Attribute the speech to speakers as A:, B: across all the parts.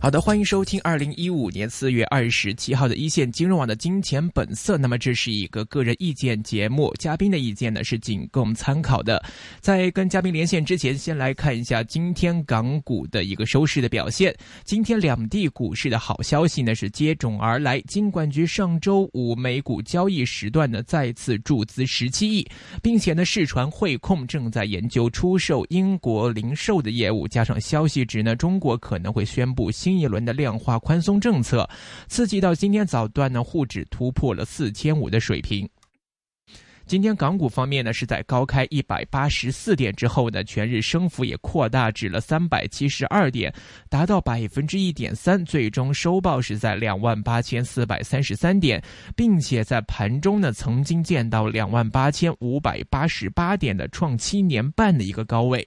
A: 好的，欢迎收听二零一五年四月二十七号的一线金融网的《金钱本色》。那么这是一个个人意见节目，嘉宾的意见呢是仅供参考的。在跟嘉宾连线之前，先来看一下今天港股的一个收市的表现。今天两地股市的好消息呢是接踵而来，金管局上周五美股交易时段呢再次注资十七亿，并且呢市传汇控正在研究出售英国零售的业务，加上消息指呢中国可能会宣布新。新一轮的量化宽松政策，刺激到今天早段呢，沪指突破了四千五的水平。今天港股方面呢，是在高开一百八十四点之后呢，全日升幅也扩大至了三百七十二点，达到百分之一点三，最终收报是在两万八千四百三十三点，并且在盘中呢，曾经见到两万八千五百八十八点的创七年半的一个高位。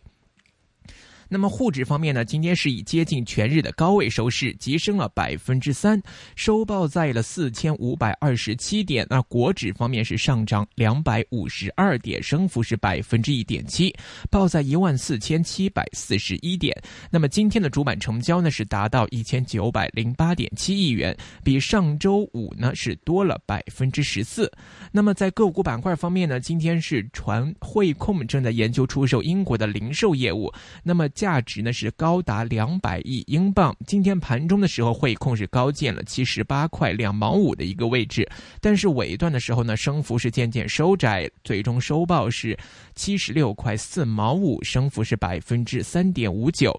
A: 那么沪指方面呢，今天是以接近全日的高位收市，急升了百分之三，收报在了四千五百二十七点。那国指方面是上涨两百五十二点，升幅是百分之一点七，报在一万四千七百四十一点。那么今天的主板成交呢是达到一千九百零八点七亿元，比上周五呢是多了百分之十四。那么在个股板块方面呢，今天是传汇控正在研究出售英国的零售业务，那么。价值呢是高达两百亿英镑。今天盘中的时候，汇控是高见了七十八块两毛五的一个位置，但是尾段的时候呢，升幅是渐渐收窄，最终收报是七十六块四毛五，升幅是百分之三点五九。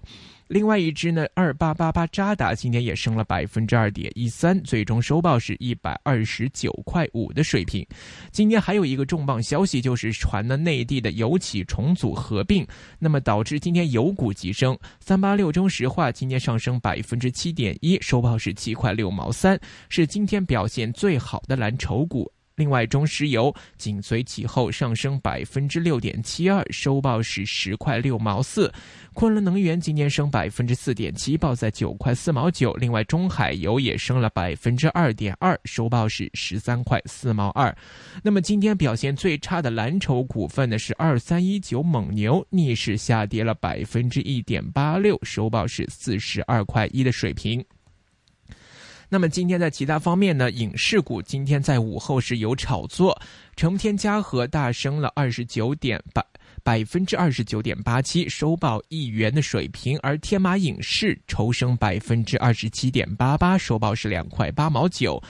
A: 另外一只呢，二八八八渣打今天也升了百分之二点一三，最终收报是一百二十九块五的水平。今天还有一个重磅消息，就是传了内地的油企重组合并，那么导致今天油股急升。三八六中石化今天上升百分之七点一，收报是七块六毛三，是今天表现最好的蓝筹股。另外，中石油紧随其后上升百分之六点七二，收报是十块六毛四。昆仑能源今天升百分之四点七，报在九块四毛九。另外，中海油也升了百分之二点二，收报是十三块四毛二。那么，今天表现最差的蓝筹股份呢是二三一九蒙牛，逆势下跌了百分之一点八六，收报是四十二块一的水平。那么今天在其他方面呢，影视股今天在午后是有炒作，成天嘉禾大升了二十九点八百分之二十九点八七，收报一元的水平，而天马影视抽升百分之二十七点八八，收报是两块八毛九。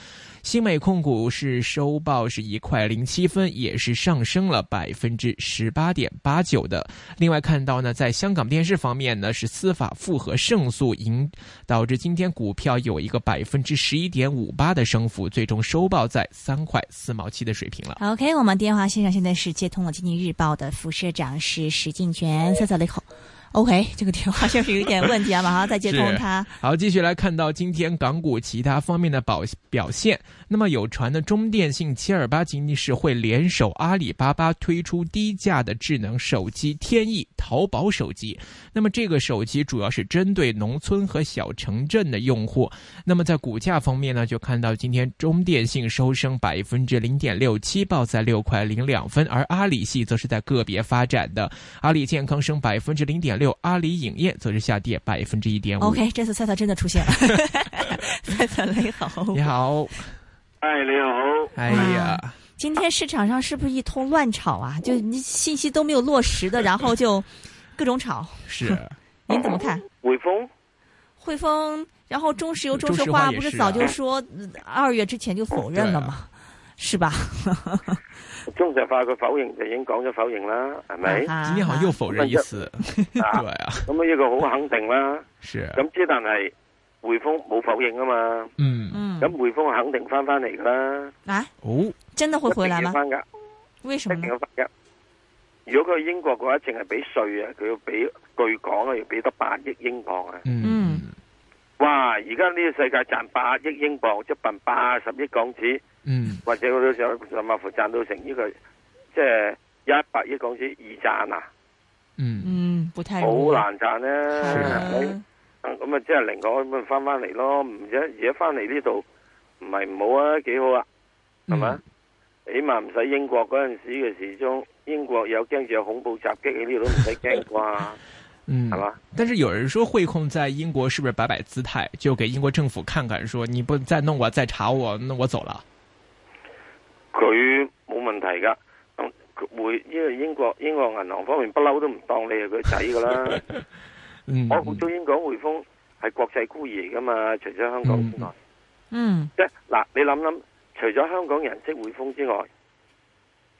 A: 新美控股是收报是一块零七分，也是上升了百分之十八点八九的。另外看到呢，在香港电视方面呢，是司法复核胜诉引导致今天股票有一个百分之十一点五八的升幅，最终收报在三块四毛七的水平了。
B: OK，我们电话线上现在是接通了《经济日报》的副社长是石进
A: 哎
B: 全，瑟瑟你好。OK，这个电话就是有点问 题啊，马上再接通它。
A: 好，继续来看到今天港股其他方面的表表现。那么有传的中电信七二八今天是会联手阿里巴巴推出低价的智能手机天翼淘宝手机。那么这个手机主要是针对农村和小城镇的用户。那么在股价方面呢，就看到今天中电信收升百分之零点六七，报在六块零两分，而阿里系则是在个别发展的，阿里健康升百分之零点六。六，阿里影业则是下跌百分之一点五。
B: OK，这次赛赛真的出现了， 赛赛你好，
A: 你好，
C: 哎，你好，
A: 哎呀、
B: 啊，今天市场上是不是一通乱炒啊？就信息都没有落 实的，然后就各种炒。
A: 是，
B: 您怎么看？
C: 汇丰，
B: 汇丰，然后中石油、中石化不
A: 是啊
B: 早就说二月之前就否认了吗？是吧？
C: 中石化佢否認就已經講咗否認啦，係咪？
B: 啊
A: 今天好像又否認一次，對啊。
C: 咁啊，呢個好肯定啦。
A: 是。
C: 咁之但係匯豐冇否認啊嘛。
A: 嗯
B: 嗯。
C: 咁匯豐肯定翻翻嚟噶啦。
B: 啊？
A: 哦。
B: 真的會回來嗎？
C: 翻噶。
B: 為什麼？
C: 一定要翻噶。如果佢英國嘅話，淨係俾稅啊，佢要俾據講啊，要俾得八億英鎊啊。
A: 嗯。
C: 哇！而家呢個世界賺八億英鎊，即係笨八十億港紙。
A: 嗯，
C: 或者佢都想甚至乎賺到成呢個，即係一百億港紙易賺啊！
A: 嗯
B: 嗯，不太
C: 好
B: 容易。
C: 難賺
A: 啊
C: 咧。你咁啊，即係零個咁咪翻翻嚟咯。唔而而家翻嚟呢度唔係唔好啊，幾好啊，
A: 嗯
C: 係咪？起碼唔使英國嗰陣時嘅時鐘，英國有驚住有恐怖襲擊喺呢度都唔使驚啩，
A: 嗯，
C: 係嘛？
A: 但是有人说汇控在英国是不是摆摆姿态，就给英国政府看看说，你不再弄我，再查我，那我走了。
C: 佢冇問題噶。咁佢會因為英國英國銀行方面不嬲都唔當你係佢仔噶啦。
A: 嗯，
C: 我好中意講匯豐係國際孤兒嚟噶嘛，除咗香港之外，
B: 嗯
C: 即係嗱，你諗諗，除咗香港人識匯豐之外，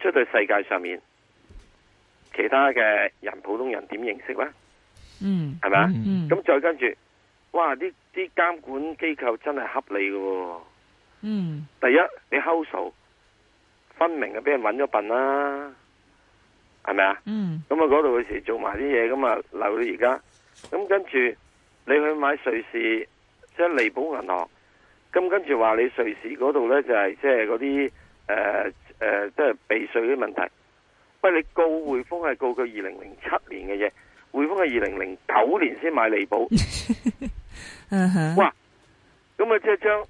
C: 出到世界上面，其他嘅人普通人點認識咧？
B: 嗯
C: 係咪啊？
A: 嗯
B: 嗯
C: 咁、再跟住，哇！啲啲監管機構真係恰你嘅喎。
B: 嗯
C: 第一，你 h o 分明係俾人揾咗笨啦，係咪啊？
B: 嗯
C: 咁啊嗰度嘅時做埋啲嘢，咁啊留到而家。咁跟住你去買瑞士，即係利寶銀行。咁跟住話你瑞士嗰度呢，就係即係嗰啲誒誒，即係避税啲問題。喂，你告匯豐係告佢二零零七年嘅嘢，匯豐係二零零九年先買利寶，
B: 嗯哼，
C: 哇咁啊即係將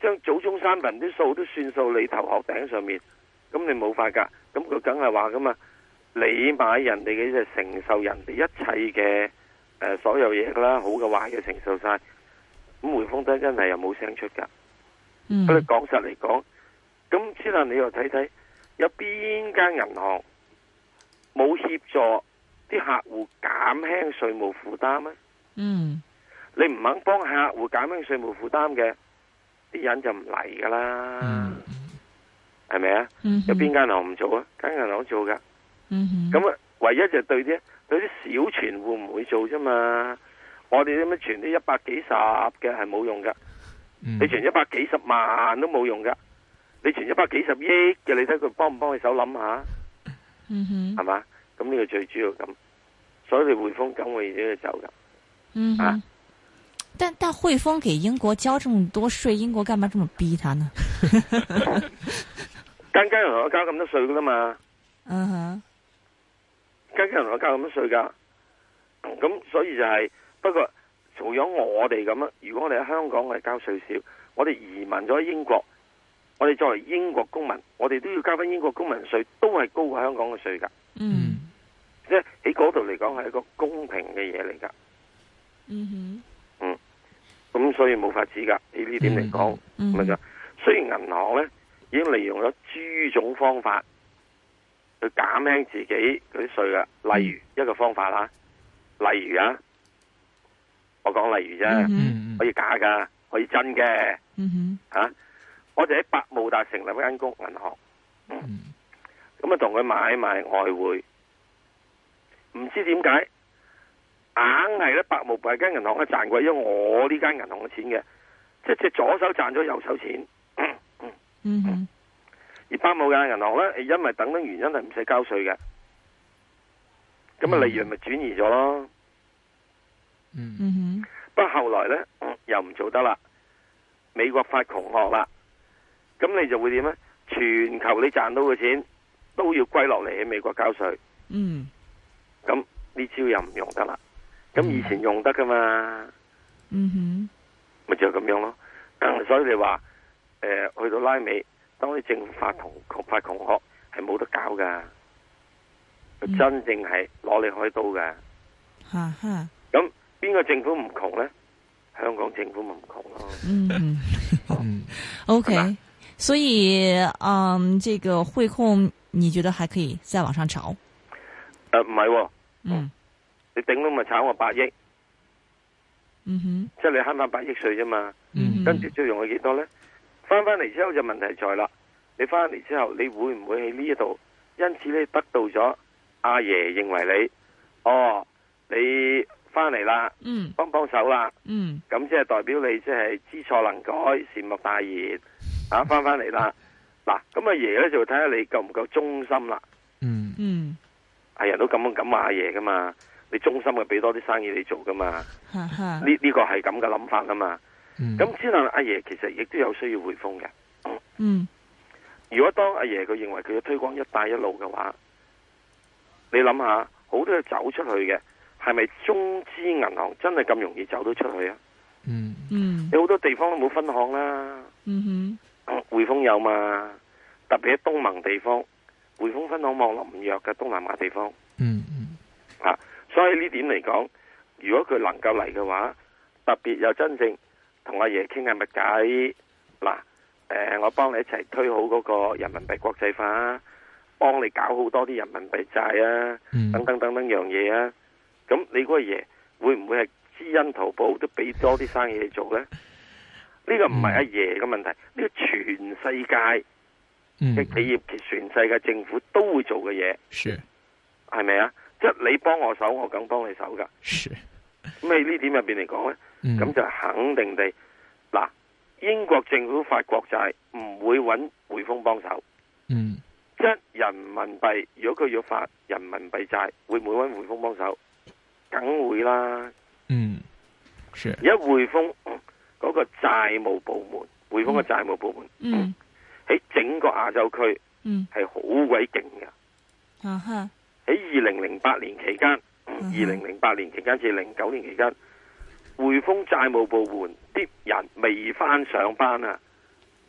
C: 將祖宗三人啲數都算數你頭殼頂上面，咁你冇法㗎。咁佢梗係話噶嘛，你買人哋嘅就承受人哋一切嘅誒、呃所有嘢㗎啦，好嘅壞嘅承受晒。咁匯豐真真係又冇聲出㗎。
B: 嗯
C: 不過講實嚟講，咁先啦，你又睇睇有邊間銀行冇協助啲客戶減輕稅務負擔啊咧？
B: 嗯
C: 你唔肯幫客戶減輕稅務負擔嘅，啲人就唔嚟噶啦，
A: 嗯
C: 係咪啊？
B: 嗯哼
C: 有邊間銀行唔做啊？間銀行做噶，
B: 嗯哼
C: 咁啊，唯一就對啲對啲小存户唔會做啫嘛。我哋點樣存啲一百幾十嘅係冇用噶，
A: 嗯
C: 你存一百幾十萬都冇用噶，你存一百幾十億嘅，你睇佢幫唔幫你手諗下，
B: 嗯哼
C: 係嘛？咁呢個最主要咁，所以你匯豐梗會呢度走噶。
B: 嗯哼
C: 啊
B: 但但汇丰给英国交这么多税，英国干嘛这么逼他呢？
C: 間間銀行都交咁多税噶啦嘛。
B: 嗯哼，
C: 跟人同我交咁多税噶，咁所以就係、不過做咗我哋咁啊，如果我哋喺香港我哋交税少，我哋移民咗英國，我哋作為英國公民，我哋都要交翻英國公民税，都係高過香港嘅税噶，
B: 嗯
C: 即係喺嗰度嚟講係一個公平嘅嘢嚟噶，
B: 嗯
C: 咁所以冇法子噶，喺呢點嚟講，
B: 嗯哼，
C: 咪就雖然銀行呢已經利用咗諸種方法去減輕自己嗰啲稅啦，例如一個方法啦，例如啊，我講例如啫，
B: 嗯哼
A: 嗯
C: 可以假噶，可以真嘅
B: 嗯哼
C: 吓、啊我就喺百慕達成立一間公銀行，
A: 嗯
C: 咁啊同佢買賣外匯，唔知點解硬係咧百慕達間銀行咧賺貴咗我呢間銀行嘅錢嘅，即係隻左手賺咗右手錢。
B: 嗯哼
C: 而巴姆嘅銀行咧，因為等等原因係唔使交税嘅，咁啊利潤咪轉移咗咯。
A: 嗯
B: 嗯哼
C: 不過後來咧、嗯又唔做得啦，美國發窮惡啦，咁你就會點咧？全球你賺到嘅錢都要歸落嚟喺美國交税，
B: 嗯
C: 咁呢招又唔用得啦。咁以前用得噶嘛，
B: 嗯哼
C: 咪就係咁樣咯。嗯所以你話誒、去到拉美，當啲政府發窮窮發窮學係冇得搞噶，佢
B: 嗯
C: 真正係攞你開刀噶。
B: 哈哈，
C: 咁邊個政府唔窮呢？香港政府咪唔窮咯。
B: 嗯哼。
A: 嗯
B: OK，
C: 吧
B: 所以嗯，这个汇控你觉得还可以再往上炒？
C: 誒呃唔係喎，
B: 嗯
C: 你頂多咪炒我八億，即
B: 嗯哼
C: 係你慳翻八億税啫嘛。
B: 嗯
C: 跟住最用去幾多呢？翻翻嚟之後就問題在啦。你翻嚟之後，你會唔會喺呢一度？因此你得到咗阿爺認為你，哦，你翻嚟啦，
B: 嗯
C: 幫幫手啦。
B: 嗯
C: 咁即係代表你即係知錯能改，善莫大焉。啊，翻翻嚟啦。嗱，咁阿爺呢，就睇下你夠唔夠忠心啦。
A: 嗯
B: 嗯，
C: 係人都咁樣咁話阿爺噶嘛，你忠心嘅俾多啲生意你做噶嘛，呢
B: 哈哈，
C: 呢、個係咁嘅諗法啊嘛。
A: 嗯，
C: 咁之但阿爺其實亦都有需要匯豐嘅。
B: 嗯
C: 如果當阿爺佢認為佢要推廣一帶一路嘅話，你諗下好多嘢走出去嘅，係咪中資銀行真係咁容易走到出去啊？
A: 嗯
B: 嗯
C: 有好多地方都冇分行啦，
B: 嗯
C: 匯豐有嘛？特別喺東盟地方，匯豐分行網絡唔弱嘅東南亞地方。啊
A: 嗯嗯
C: 所以呢點嚟講，如果佢能夠嚟嘅話，特別又真正同阿爺傾下咪偈。嗱，誒、我幫你一齊推好嗰個人民幣國際化，幫你搞好多啲人民幣債啊，
A: 嗯
C: 等等等等樣嘢啊。咁你嗰個爺會唔會係知恩圖報，都俾多啲生意你做呢？呢、個唔係阿爺嘅問題，呢、個全世界
A: 嗯
C: 嘅企業、全世界政府都會做嘅嘢，
A: 是
C: 係咪啊？即係你幫我手，我梗幫你手㗎。
A: 是，
C: 咁喺呢點入邊嚟講呢，
A: 嗯
C: 咁就肯定地嗱，英國政府發國債唔會揾匯豐幫手，
A: 嗯
C: 即係人民幣如果佢要發人民幣債，會唔會揾匯豐幫手？梗會啦，
A: 嗯是
C: 而家匯豐嗯嗰個債務部門，匯豐嘅債務部門
B: 嗯
C: 喺整個亞洲區
B: 嗯
C: 係好鬼勁嘅。
B: 啊哈
C: 喺二零零八年期間，二
B: 嗯
C: 零零八年期間至零九年期間，匯豐債務部門啲人未翻上班啊！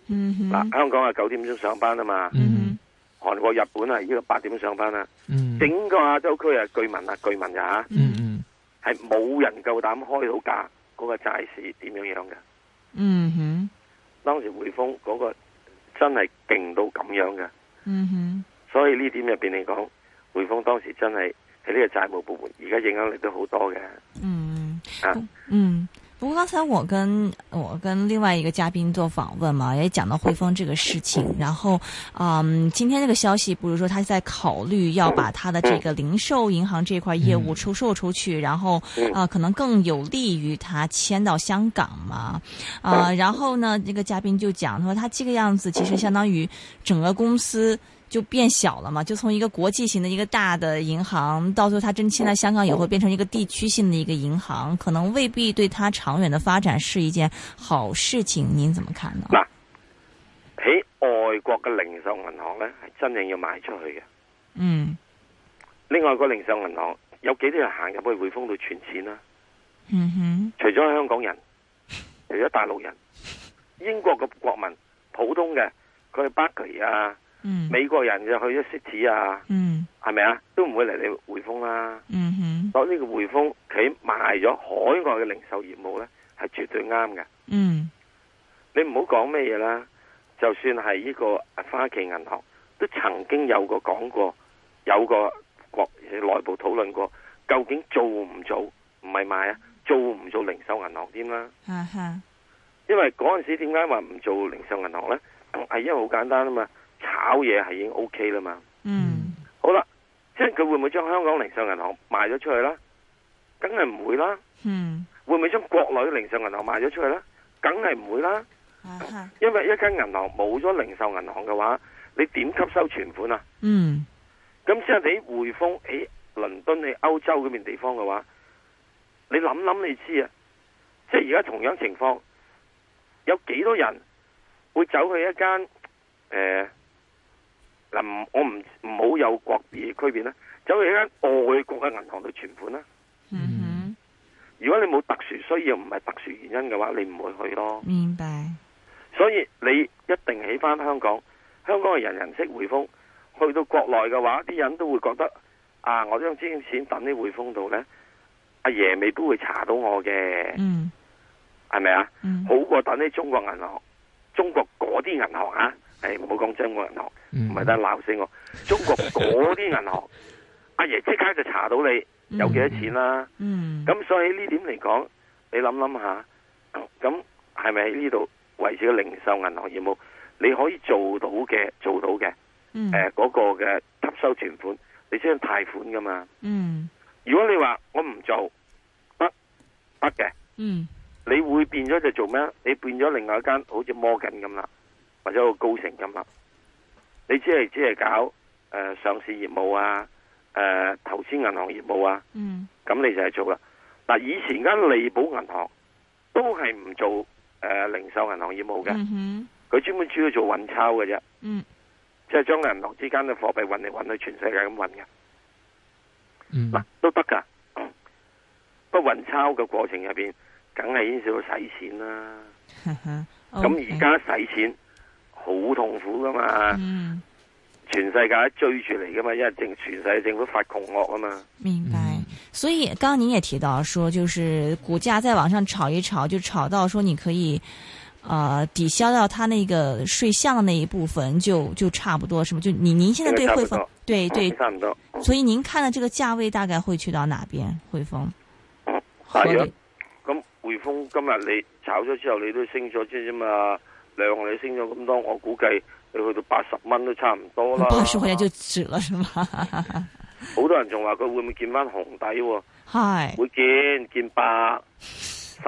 B: 嗯哼
C: 嗱、香港係九點鐘上班啊嘛，
A: 嗯
C: 韓國、日本係呢個八點鐘上班啊，
A: 嗯
C: 整個亞洲區啊，據聞啊，據聞啊
A: 嗯嗯
C: 嚇，係冇人夠膽開到價嗰、個債市點樣樣嘅。
B: 嗯哼
C: 當時匯豐嗰個真係勁到咁樣嘅，
B: 嗯哼
C: 所以呢點入邊嚟講，匯豐當時真係喺呢個債務部門，而家影響力都好多嘅。
B: 嗯
C: 啊
B: 不嗯。不过刚才我跟我跟另外一个嘉宾做访问嘛，也讲到汇丰这个事情，然后嗯，今天这个消息不是说他在考虑要把他的这个零售银行这块业务
A: 嗯
B: 出售出去，然后
C: 嗯
B: 啊、可能更有利于他迁到香港嘛，啊、然后呢，这个嘉宾就讲说，他这个样子其实相当于整个公司就变小了嘛，就从一个国际型的一个大的银行，到最后他真迁到香港以后，变成一个地区性的一个银行，可能未必对他长远的发展是一件好事情，您怎么看呢？
C: 那喺外國嘅零售銀行呢，係真正要賣出去嘅。
B: 嗯
C: 另外個零售銀行有幾多人行入去匯豐度存錢啊？
B: 嗯哼
C: 除咗香港人，除咗大陸人，英國嘅國民普通嘅，佢去巴黎啊，
B: 嗯
C: 美國人就去咗 City 啊，
B: 嗯
C: 係咪啊？都唔會嚟你匯豐啦。
B: 嗯哼
C: 所以呢個匯豐佢賣咗海外嘅零售業務呢，係絕對啱嘅。
B: 嗯
C: 你唔好講咩嘢啦，就算係呢個花旗銀行，都曾經有過講過，有個國內部討論過，究竟做唔做？唔係賣啊，做唔做零售銀行添啦？
B: 哈哈
C: 因為嗰陣時點解話唔做零售銀行呢？係因為好簡單啊嘛，炒嘢係已經 O K 啦嘛。
B: 嗯
C: 好啦，即係佢會唔會將香港零售銀行賣咗出去啦？梗係唔會啦。
B: 嗯
C: 會唔會將國內嘅零售銀行賣咗出去啦？梗係唔會啦。
B: 哈哈
C: 因為一間銀行冇咗零售銀行嘅話，你點吸收存款啊？
B: 嗯
C: 咁即係你匯豐喺倫敦、喺歐洲嗰邊地方嘅話，你諗諗你知啊！即係而家同樣情況，有幾多人會走去一間誒嗱？唔我唔唔好有國別區別啦，走去一間外國嘅銀行度存款啦。
B: 嗯哼，
C: 如果你冇特殊需要，唔係特殊原因嘅話，你唔會去咯。
B: 明白。
C: 所以你一定起翻香港，香港係人人識匯豐，去到國內嘅話，啲人都會覺得啊，我將啲錢等喺匯豐度呢，阿爺未必會查到我嘅，
B: 嗯
C: 係咪啊？
B: 嗯
C: 好過等喺中國銀行，中國嗰啲銀行啊，誒唔好講中國銀行，
A: 嗯
C: 唔係得鬧死我，中國嗰啲銀行，阿爺即刻就查到你有幾多錢啦、
B: 嗯
C: 咁所以呢點嚟講，你諗諗下，咁係咪喺呢度維持個零售銀行業務？你可以做到嘅，做到嘅，誒、
B: 嗯
C: 嗰、個嘅吸收存款，你先貸款噶嘛。
B: 嗯
C: 如果你話我唔做，得得嘅，
B: 嗯
C: 你會變咗就做咩？啊你變咗另外一間好似摩根咁啦，或者個高盛咁啦，你只係只係搞誒、呃上市業務啊，誒、投資銀行業務啊。
B: 嗯
C: 咁你就係做啦。嗱，以前間利寶銀行都係唔做誒、呃零售銀行業務嘅，
B: 嗯哼
C: 佢專門主要做運鈔嘅啫，
B: 嗯
C: 即係將銀行之間嘅貨幣運嚟運去全世界咁運嘅。
A: 嗯
C: 嗱都得噶。不過運鈔嘅過程入邊，梗係牽涉到使錢啦。咁而家使錢好痛苦噶嘛，
B: 嗯，
C: 全世界追住嚟噶嘛，因為政全世界政府發窮惡啊嘛。
B: 明白
A: 嗯。
B: 所以刚刚您也提到说，就是股价再往上炒一炒，就炒到说你可以。呃，抵消掉它那个税项的那一部分，就就差不多，是吗？就您您现在对
C: 应该差
B: 汇
C: 不
B: 丰
C: 多，
B: 对对
C: 嗯，差唔多。嗯
B: 所以您看的这个价位大概会去到哪边？汇丰
C: 嗯
B: 合
C: 大
B: 理
C: 約，咁匯豐今日你炒咗之後，你都升咗啫啫嘛，兩你升咗咁多，我估計你去到八十蚊都差唔多啦。
B: 八十块钱就止了是吗？
C: 好多人仲話佢會唔會見翻紅底喎？
B: 嗨
C: 會見見八十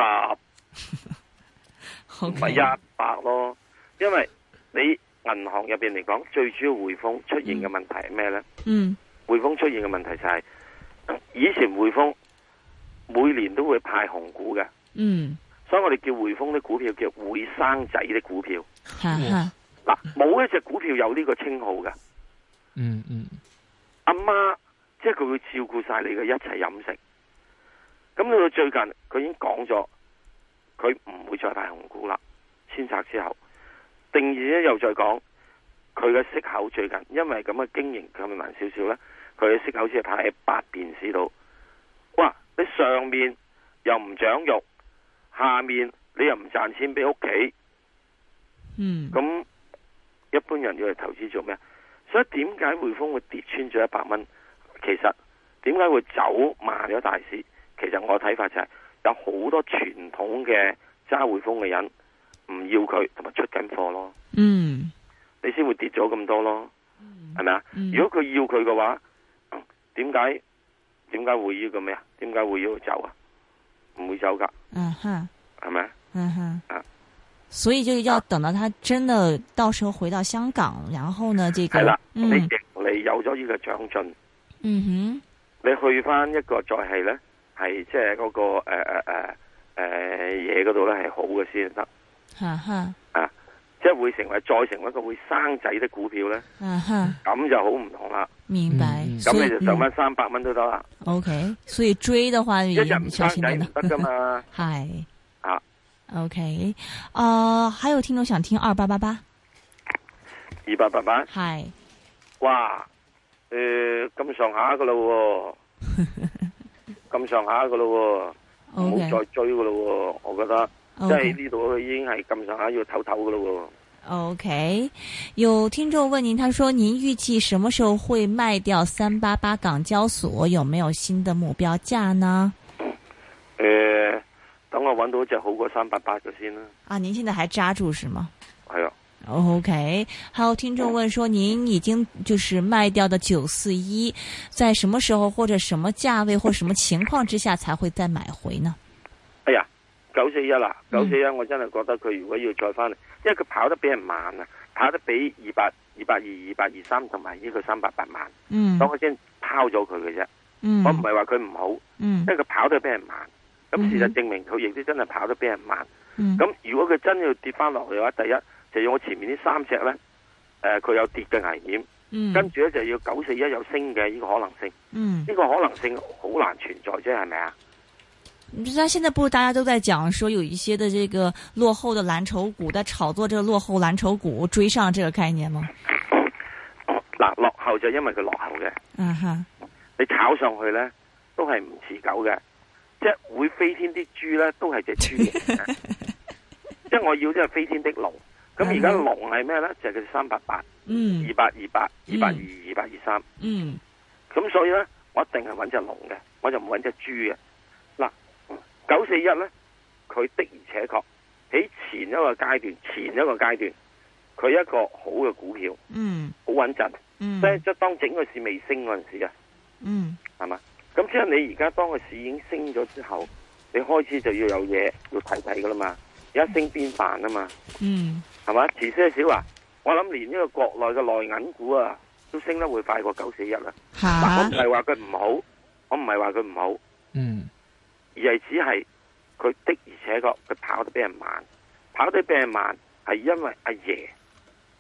C: 唔係
B: ，OK，
C: 一百咯，因為你銀行入邊嚟講，最主要匯豐出現嘅問題係咩呢？
B: 嗯
C: 匯豐出現嘅問題就係、以前匯豐每年都會派紅股嘅，
B: 嗯，
C: 所以我哋叫匯豐啲股票叫會生仔的股票。
B: 哈哈，
C: 嗱，冇一隻股票有呢個稱號嘅。
A: 嗯嗯
C: 阿媽即係佢會照顧晒你嘅一切飲食。咁到到最近，佢已經講咗，佢唔會再派紅股啦。先拆之後，定義咧又再講，佢嘅息口最近因為咁嘅經營咁咪難少少咧，佢嘅息口只係派喺八便士度。哇！你上面又唔長肉，下面你又唔賺錢俾屋企。
B: 嗯
C: 咁一般人要嚟投資做咩？所以點解匯豐會跌穿咗一百蚊？其實點解會走慢咗大市？其實我睇法就係、有好多傳統嘅揸匯豐嘅人唔要佢，同埋出緊貨咯，
B: 嗯
C: 你先會跌咗咁多咯，係咪啊？
B: 嗯，
C: 如果佢要佢嘅話，嗯點解點解會要個咩啊？點解會要走啊？唔會走㗎，
B: 嗯哈
C: 係咪啊？
B: 嗯哈
C: 啊，
B: 所以就要等到它真的到时候回到香港，然后呢，这
C: 係啦
B: 个，
C: 你
B: 嗯
C: 盈利有咗呢個長進。
B: 嗯
C: 你去翻一個再係呢，係即係嗰個呃誒誒誒誒呃嘢嗰度呢，係好嘅先得，
B: 哼，
C: 啊
B: 哈哈，
C: 即係會成為再成為一個會生仔的股票呢，
B: 嗯哈，
C: 咁就好唔同啦。
B: 明白
A: 嗯。嗯
C: 咁
B: 所以
C: 你就上翻三百蚊都得啦，
B: 嗯 OK，所以追的话
C: 一
B: 也
C: 日唔
B: 小
C: 生
B: 心
C: 仔
B: 点
C: 唔
B: 的。
C: 得噶嘛。
B: 嗨，
C: 啊
B: ，OK，呃，还有听众想听二八八八，
C: 二百八八，
B: 嗨，
C: 哇，誒咁上下 噶咯喎，咁上下噶咯喎，唔
B: OK
C: 好再追噶咯喎，我覺得。即
B: OK
C: 係呢度已經係咁上下要唞唞噶咯
B: OK，有听众问您，他说您预计什么时候会卖掉三八八港交所？有没有新的目标价呢？
C: 喎。誒，呃等我揾到一隻好過三百八嘅先啦。
B: 啊，您现在还扎住是吗
C: 係啊。
B: ？OK，还有听众问说，您已经就是卖掉的九四一，在什么时候或者什么价位或什么情况之下才会再买回呢？
C: 哎呀，九四一啦，九
B: 嗯
C: 四一啊我真係覺得佢如果要再翻嚟，因為佢跑得比人慢啊，跑得比二百、二百二、二百二三同埋呢個三百八慢，
B: 嗯
C: 所以我先拋咗佢嘅啫。
B: 嗯
C: 我唔係話佢唔好，因
B: 嗯
C: 為佢跑得比人慢。咁事
B: 嗯
C: 實證明佢亦都真係跑得比人慢。
B: 嗯
C: 咁如果佢真要跌翻落去嘅話，第一就要我前面呢三隻呢，誒、佢有跌嘅危險，
B: 嗯
C: 跟住呢，就要九四一有升嘅呢個可能性，
B: 嗯，
C: 呢、個可能性好難存在啫，係咪啊？
B: 你知道现在不是大家都在讲说有一些的这个落后的蓝筹股在炒作这个落后蓝筹股追上这个概念吗？
C: 嗱，落後就因為佢落後嘅。
B: 嗯哈，
C: 你炒上去咧，都係唔持久嘅，即係會飛天啲豬咧，都係只豬 嚟嘅。即係我要即係飛天的龍。咁而家
B: 嗯
C: 龍係咩咧？就係佢三百八、
B: 嗯
C: 二百二百、二百二、
B: 嗯
C: 二百二三。
B: 嗯
C: 咁所以咧，我一定係揾只龍嘅，我就唔揾只豬嘅。嗱，九四一咧，佢的而且確喺前一個階段，前一個階段，佢一個好嘅股票，
B: 嗯
C: 好穩陣。
B: 嗯
C: 即係即係當整個市未升嗰陣時啊。
B: 嗯
C: 係嘛？咁即係你而家當個市已經升咗之後，你開始就要有嘢要睇睇噶啦嘛。而家升邊辦啊嘛，
B: 嗯
C: 係嘛？遲些少啊，我諗連呢個國內嘅內銀股啊，都升得會快過九四一啦。嗱，我
B: 哈
C: 唔係話佢唔好，我唔係話佢唔好，
A: 嗯
C: 而係只係佢的而且確佢跑得比人慢，跑得比人慢係因為阿爺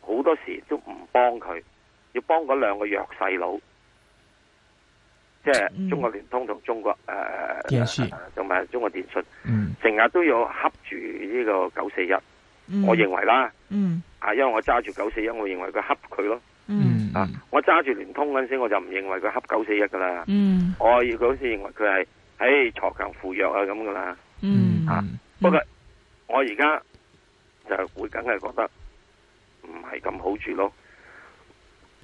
C: 好多時都唔幫佢，要幫嗰兩個弱細佬。即
B: 嗯
C: 係中國聯通同中國誒
A: 電信
C: 同埋中國電信，
A: 嗯
C: 成日都有恰住呢個九四一。
B: 嗯
C: 我認為啦，
B: 嗯
C: 啊，因為我揸住九四一，我認為佢恰佢咯。
B: 嗯
A: 嗯
C: 啊，我揸住聯通嗰陣時，我就唔認為佢恰九四一噶啦。
B: 嗯
C: 我嗰時認為佢係喺鋤強扶弱啊咁噶啦。
B: 嗯
C: 啊
A: 嗯
C: 不過我而家就會梗係覺得唔係咁好住咯。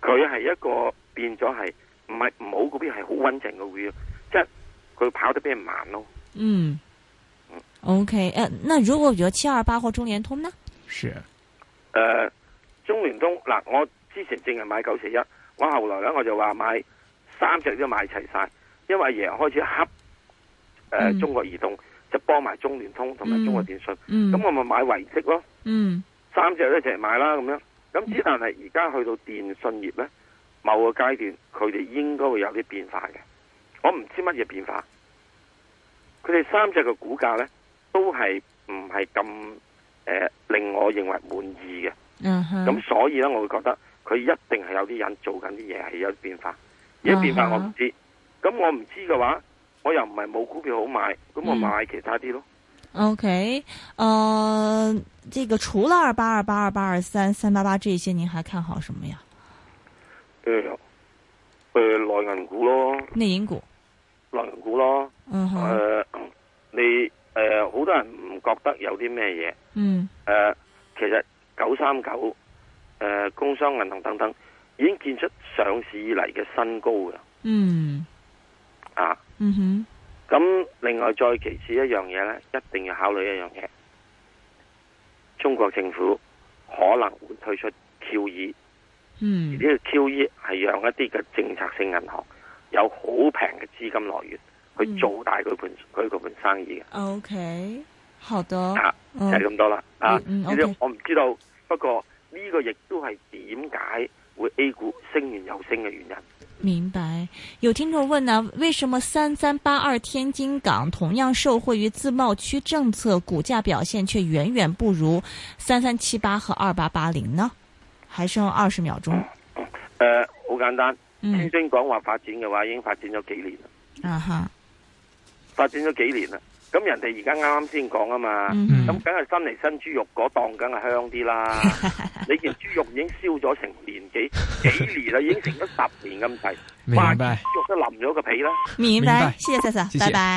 C: 佢係一個變咗係唔係唔好嗰邊係好穩陣嘅股，即係佢跑得比人慢咯。
B: 嗯，OK，呃，那如果比如七二八或中联通呢？
A: 是
C: 诶、呃中聯通嗱，我之前淨係買九四一，我後來咧我就話買三隻都買齊晒，因為阿爺開始恰诶、呃
B: 嗯
C: 中國移動，就幫埋中聯通同埋中國電信，咁、
B: 嗯
C: 我咪買維積咯，
B: 嗯
C: 三隻一齊買啦咁樣。咁只但係而家去到電信業咧，某個階段佢哋應該會有啲變化嘅，我唔知乜嘢變化。佢哋三隻嘅股價咧都係唔係咁诶令我認為滿意嘅。
B: 嗯哼，
C: 咁所以咧，我會覺得佢一定係有啲人做緊啲嘢係有啲變化，而家變
B: 嗯
C: 化我唔知。咁我唔知嘅話，我又唔係冇股票好買，咁我
B: 嗯
C: 買其他啲咯。
B: OK，呃，这个除了二八二八、二八二三、三八八这些，您还看好什么呀？
C: 誒誒、內銀股咯，
B: 内银股，
C: 內銀股咯。
B: 嗯
C: 誒、
B: 哼，
C: 呃你呃誒好、多人唔覺得有啲咩嘢。誒、呃
B: 嗯
C: 其實九三九誒工商銀行等等已經見出上市以嚟嘅新高㗎
B: 嗯
C: 啊！
B: 嗯哼，
C: 咁另外再其次一樣嘢呢，一定要考慮一樣嘢，中國政府可能會推出 QE，而呢
B: 嗯
C: 個 QE 係讓一啲嘅政策性銀行有好平嘅資金來源去做大佢盤佢嗰盤生意嘅，
B: ，OK，好的，
C: 啊，就
B: 嗯
C: 係咁多啦，啊，
B: 嗯嗯
C: 呢啲
B: OK
C: 我唔知道，不過呢個亦都係點解會 A 股升完又升嘅原因。
B: 明白。有听众问呢，为什么三三八二天津港同样受惠于自贸区政策，股价表现却远远不如三三七八和二八八零呢？还剩二十秒钟，
C: 誒、呃好簡單，天
B: 嗯
C: 津港話發展嘅話，已經發展咗幾年啦。
B: 啊哈，
C: 發展咗幾年啦。咁人哋而家啱啱先講啊嘛，
B: 嗯 哼
C: 咁梗係新嚟新豬肉嗰檔梗係香 啲啦。你件豬肉已經燒咗成年幾幾年啦，已經成咗十年咁滯，哇！
A: 明白
C: 豬肉都淋咗個皮啦。
B: 明
A: 明
B: 白
A: 白，
B: 谢谢赛赛
A: 谢，谢
B: 拜拜。